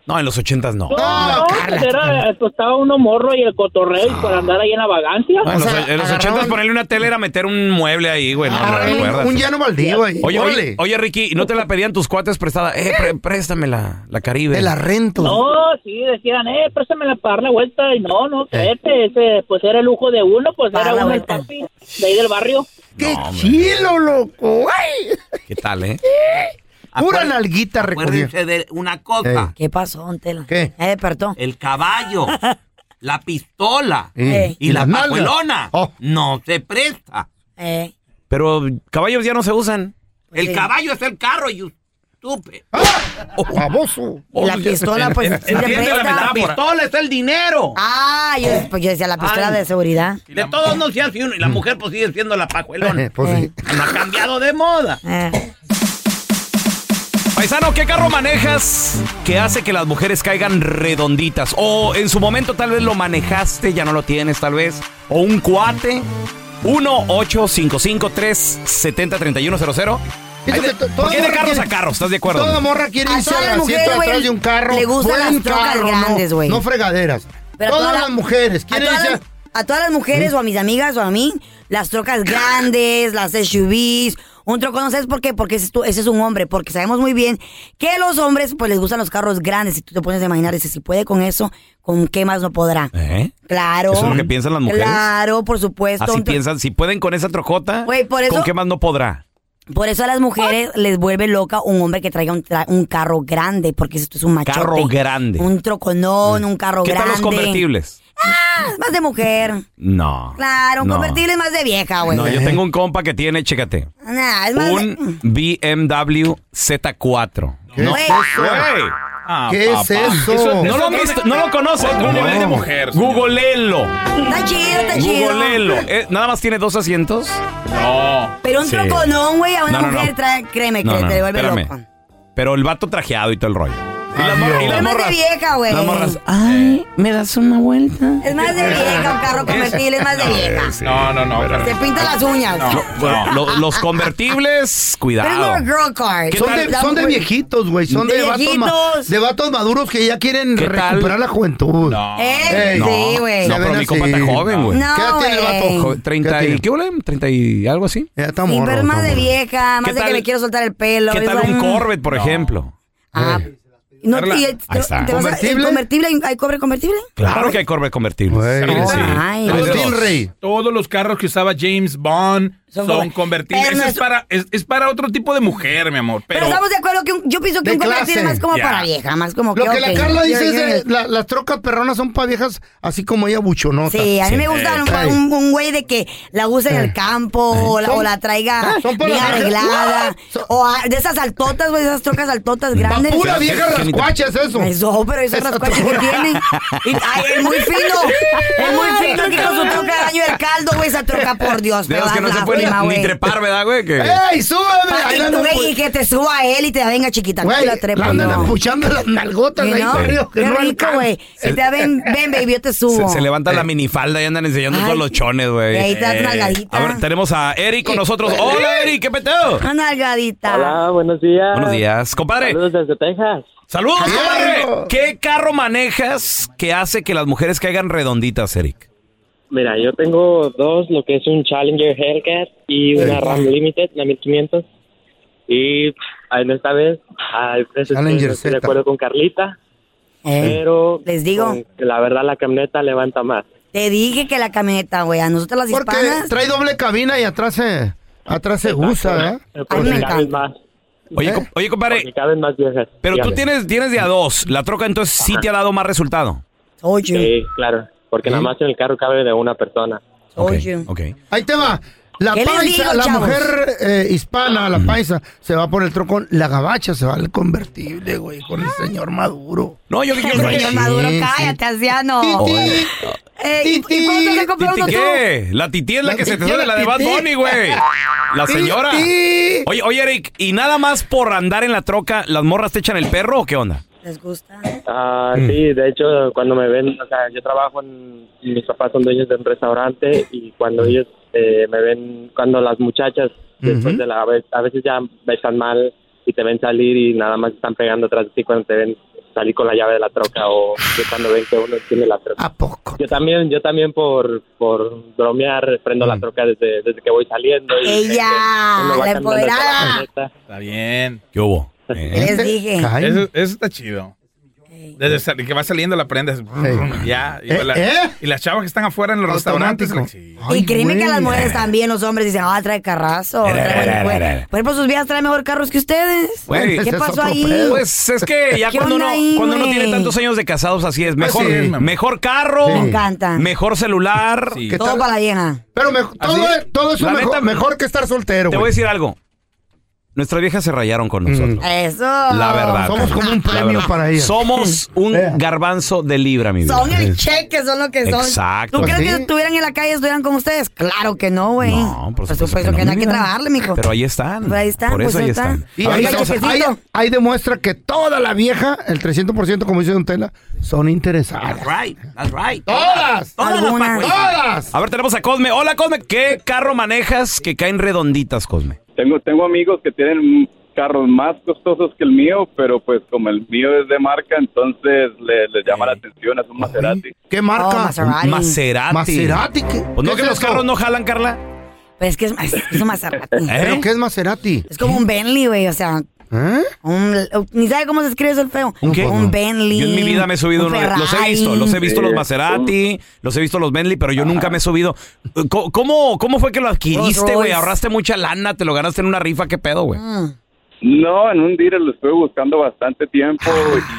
No, en los ochentas no. Ah, No, pues, era, pues, estaba uno morro y el cotorreo y por andar ahí en la vagancia. No, en los, en los ochentas ponerle una tele era meter un mueble ahí, güey. No, no recuerdas. un llano baldío ahí. Oye, Órale. oye, oye, Ricky, ¿no te la pedían tus cuates prestada? Eh, pre- préstame la, la Caribe. Te la rento. No, sí, decían, eh, préstamela para dar la vuelta. Y no, no, créete, ese, pues era el lujo de uno, pues era uno el papi de ahí del barrio. ¡Qué chilo, loco! ¡Ay! ¿Qué tal, eh? Pura nalguita recorrida. Acuérdense de una cosa. ¿Qué pasó, don Tela? ¿Qué? Ya Eh. despertó. El caballo, la pistola Eh. y, Y la las nalgas. pajuelona Oh, no se presta. Eh, Oh. Pero caballos ya no se usan. Ah. El Sí. caballo es el carro y estúpido. Oh, ¡Famoso! Y la pistola, pues, sí te Entiende la presta. metáfora. pistola es el dinero. Ah, yo, pues, yo decía la pistola Ay. de seguridad. De todos no se hace uno. Y la mujer pues sigue siendo la Eh, pajuelona. pues Eh. No ha cambiado de moda. Eh. Paisano, ¿qué carro manejas que hace que las mujeres caigan redonditas? O en su momento tal vez lo manejaste, ya no lo tienes tal vez. O un cuate. 1-855-370-3100. Hay de- Porque hay de carros a carros, ¿estás de acuerdo? Toda morra quiere A irse todas al las asiento mujeres, de güey, atrás de un carro. le gustan Buen las trocas carro, grandes, no, güey. no fregaderas. Pero todas toda la- las mujeres quieren a todas irse las- a todas las mujeres o a mis amigas o a mí, las trocas grandes, las SUVs, un troco, no sabes por qué, porque ese, es tu- ese es un hombre, porque sabemos muy bien que los hombres pues les gustan los carros grandes y tú te pones a imaginar, dices, si puede con eso, ¿con qué más no podrá? ¿Eh? Claro. ¿Eso es lo que piensan las mujeres? Claro, por supuesto. Así Un tro- piensan, si pueden con esa trocota, Güey, por eso- ¿con qué más no podrá? Por eso a las mujeres les vuelve loca un hombre que traiga un, tra- un carro grande, porque esto es un machote. Carro grande. Un troconón, un carro ¿Qué grande. tal los convertibles? Ah, más de mujer. No. Claro, un No. convertible pues. es más de vieja, güey. No, yo tengo un compa que tiene, chécate, Nah, es más de- un BMW Z4. No, Güey. güey. ¿Qué es Ah, eso? No lo, han visto, no lo conoces. Otro nivel de mujer. Googleenlo. Está chido, está chido. Googleenlo. Eh, ¿Nada más tiene dos asientos? No. Pero un troconón, güey, a una No, no, mujer no. trae, créeme, que No, no, te vuelve espérame. loca. Pero el vato trajeado y todo el rollo. Y las morras- y Pero las es más de morras- vieja, güey. las morras. Ay, ¿me das una vuelta? Es más de vieja, un carro convertible es más de vieja. No, no, no. pero- Te pinta las uñas. No, bueno, lo- los convertibles, Pero es cuidado. como girl car. Son de, son de viejitos, güey. Son de, De vatos ma- viejitos. de vatos maduros que ya quieren ¿Qué tal? recuperar la juventud. No. Eh, sí, güey. No, pero mi compa está joven, güey. No, ¿Qué edad tiene el güey. vato? Jo- 30 y... ¿Qué huele? 30 y algo así. Ya está Sí, pero es más de vieja, ¿Qué más de que tal- me quiero soltar el pelo. ¿Qué es tal un más- Corvette, por ejemplo? No, Carla, y el- ahí está. te vas a- ¿el ¿Convertible? ¿Convertible? ¿Hay, hay cobre convertible? Claro que hay Corvette convertibles. Güey. Sí. Ay. Todos Agustín los- Todos los carros que usaba James Bond Son son, como- convertibles. Pero Ese es, nuestro- para, es, es para otro tipo de mujer, mi amor. Pero, Pero, estamos de acuerdo que un- yo pienso que De un convertible clase. es más como Ya. para vieja, más como Lo que la ok. Carla Yo- dice yo- es de la- las trocas perronas son para viejas así como ella buchonota. Sí, a mí me gusta un- un, un güey de que la use en el campo o la, o la traiga Ah, son para Ah, bien las viejas. arreglada. O a- de esas altotas, güey, de esas trocas altotas grandes. pura vieja rascuacha es eso. Eso, pero esas Esa rascuachas que troca. tiene. Y- ay, es muy fino. Es muy fino que con su troca de baño del caldo, güey, esa troca, por Dios. De pero los que da no se puede lástima, ni- güey. Eh, ni trepar, ¿verdad, güey? Que- ¡Ey, súbeme! Pa- Ahí y, la tú, andan güey, y que te suba él y te la venga chiquita. tú Güey, la trepas, la andan no. apuchando las nalgotas Sí, ahí ¿no? para arriba, que Qué no rico, güey. alcanza. Y te da, ven, ven, baby, yo te subo. Se, se levanta la minifalda y andan enseñando todos los chones, güey. Eh, Y ahí está tu nalgadita. A ver, tenemos a Eric con nosotros. Hola, Eric, ¿qué peteo? Una nalgadita. Hola, buenos días. Buenos días, compadre. Saludos desde Texas. Saludos, Ay, compadre. no. ¿Qué carro manejas que hace que las mujeres caigan redonditas, Eric? Mira, yo tengo dos, lo que es un Challenger Hellcat y una Ey. Ram Limited, la 1500. Y pff, en esta vez, al precio estoy- Challenger no estoy de Z. acuerdo con Carlita, pero les digo. con- la verdad la camioneta levanta más. Te dije que la camioneta, güey, a nosotros las Porque hispanas. trae doble cabina y atrás se, atrás se usa, ¿verdad? Porque caben más, Oye, com- oye compadre. porque caben más viejas. Pero tú dígame. tienes, tienes de a dos. La troca entonces sí te ha dado más resultado. Sí, claro, porque nada más en el carro cabe de una persona. Oye. Ok. Ahí te va. La ¿Qué les paisa, digo, la chavos? mujer eh, hispana, la paisa, se va por el trocón. La gabacha se va al convertible, güey, con el señor Maduro. No, yo quiero Señor Maduro, cállate, anciano. Titi. Eh, ¿Y y cuándo te compró uno ¿Titi tú? qué? La tití es la, La que se te tití, sale, la la de Bad tití. Bunny, güey. La señora. Tití. Oye, oye, Eric, ¿y nada más por andar en la troca, las morras te echan el perro o qué onda? ¿Les gusta? ¿Eh? Ah, Mm. sí, de hecho, cuando me ven, o sea, yo trabajo en, mis papás son dueños de un restaurante y cuando ellos eh, me ven, cuando las muchachas, después Ujú. de la, a veces ya besan mal y te ven salir y nada más están pegando atrás de ti cuando te ven salir con la llave de la troca o que cuando ven que uno tiene la troca. Yo también, yo también por, por bromear prendo la troca desde, desde que voy saliendo. y- Ella, Uno va la cambiando de empoderada. Está bien. ¿Qué hubo? Eh, Les dije. Eso, eso está chido. Desde sal- que va saliendo la prenda. es- Ya. Y, ¿Eh? la- ¿Eh? y las chavas que están afuera en los restaurantes. sí. y créeme que las mujeres también, los hombres dicen, ah, trae carrazo. trae buen cuerpo". Por ejemplo, sus vías traen mejor carros que ustedes. Güey, ¿Qué pasó ahí? Pues es que ya ¿Qué cuando uno, onda ahí, cuando uno güey? tiene tantos años de casados, así es. Mejor, sí, mi amor. mejor carro. Me encanta. Mejor celular. Todo para la vieja. Pero todo, todo eso La mejor, neta- mejor que estar soltero, Te güey. voy a decir algo. Nuestras viejas se rayaron con nosotros. Eso. La verdad. Somos como un La premio verdad. para ellas. Somos un garbanzo de libra, mi vida. Son el cheque, son lo que son. Exacto. ¿Tú crees que Sí. estuvieran en la calle estuvieran con ustedes? Claro que no, güey. No, por supuesto, que no hay que trabajarle, mijo. Pero ahí están. Pero ahí están, Por eso pues, ahí ahí está. están. Y Ahora ahí, vamos a- ahí- ahí demuestra que toda la vieja, el 300%, como dice Don Tela, son interesadas. right, that's right. Todas. Todas las Algunas. pacuetas. Todas. A ver, tenemos a Cosme. Hola, Cosme. ¿Qué carro manejas que caen redonditas, Cosme? Tengo, tengo amigos que tienen carros más costosos que el mío, pero pues como el mío es de marca, entonces le, les llama la atención, es un Maserati. ¿Qué marca? Oh, Maserati. Maserati. Maserati, ¿qué- Pues no qué que es los eso? carros no jalan, Carla. Pero Pues, es que es, más- es un ¿Eh? Maserati. ¿Pero qué es Maserati? ¿Eh? Es como un Bentley, güey, o sea... un- ni sabe cómo se escribe eso el feo. ¿Un qué? Un Bentley. Yo en mi vida me he subido un uno de- Los he Ferrari. visto, los he visto los Maserati, los he visto los Bentley, pero yo nunca me he subido. Eh, Co- ¿Cómo, cómo fue que lo adquiriste, güey? Rolls-Royce. Ahorraste mucha lana, te lo ganaste en una rifa, ¿qué pedo, güey? Mm. No, en un dealer lo estuve buscando bastante tiempo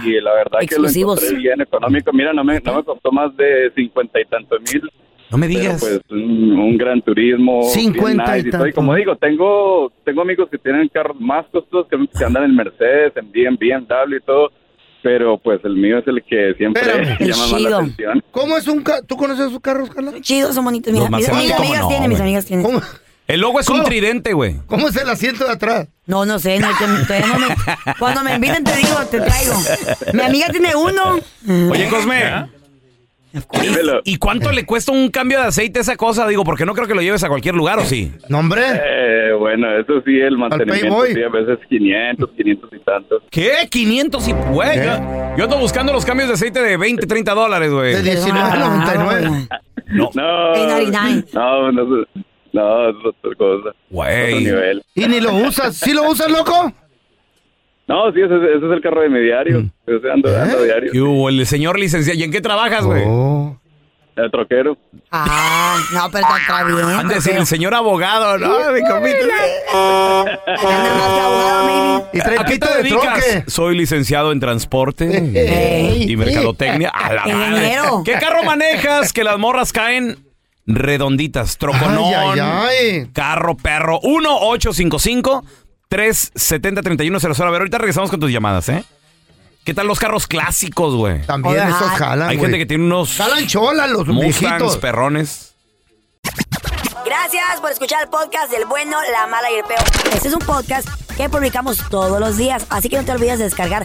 y la verdad Exclusivos. que lo encontré bien económico. Mira, no me, no me costó más de cincuenta y tantos mil. No me digas. Pues un, un gran turismo. bien 50 y nice. tanto. Estoy- como digo, tengo tengo amigos que tienen carros más costosos que, que andan en Mercedes, en BMW, BMW y todo, pero pues el mío es el que siempre Espérame. llama más la Chido. atención. ¿Cómo es un carro? ¿Tú conoces esos carros, Carla? Chidos, son bonitos. Mira, Los mis, Maserati, mis ¿cómo amigas no, tienen, mis güey? amigas tienen. El logo es un tridente, güey. ¿Cómo es el asiento de atrás? No, no sé. no, que- todavía no me- cuando me invitan te digo, te traigo. Mi amiga tiene uno. Oye, Cosme. ¿Y y cuánto le cuesta un cambio de aceite a esa cosa? Digo, porque no creo que lo lleves a cualquier lugar, ¿o sí? ¿Nombre? Eh, bueno, eso sí, el mantenimiento Playboy. sí, a veces 500, 500 y tantos. ¿Qué? 500 y... Güey, yo, ¿Eh? yo ando buscando los cambios de aceite de 20, 30 dólares, güey. De 19 a 99. No. No, no, no, es- no, es otra cosa. Otro nivel. ¿Y ni lo usas? ¿Sí lo usas, loco? No, sí, ese, es- ese es el carro de mi diario. Ese ando, ando diario. ¿Qué hubo? El señor licenciado. ¿Y en qué trabajas, güey? Oh. Oh. El troquero. Ah, no, pero está- está bien. Han de decir, el señor abogado, ¿no? Mi compita. Y trae ¿A qué pito te de dedicas? troque. Soy licenciado en transporte Ey. y mercadotecnia. A la madre. Ingeniero. ¿Qué carro manejas que las morras caen? Redonditas, troconón, Ay, ay, carro, perro. 1-855-370-3100. A ver, ahorita regresamos con tus llamadas, ¿eh? ¿Qué tal los carros clásicos, güey? También Oye, esos ajá. jalan, Hay güey. gente que tiene unos... Jalan chola los Mustangs, viejitos. perrones. Ah. Gracias por escuchar el podcast del bueno, la mala y el peor. Este es un podcast que publicamos todos los días, así que no te olvides de descargar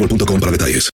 para detalles.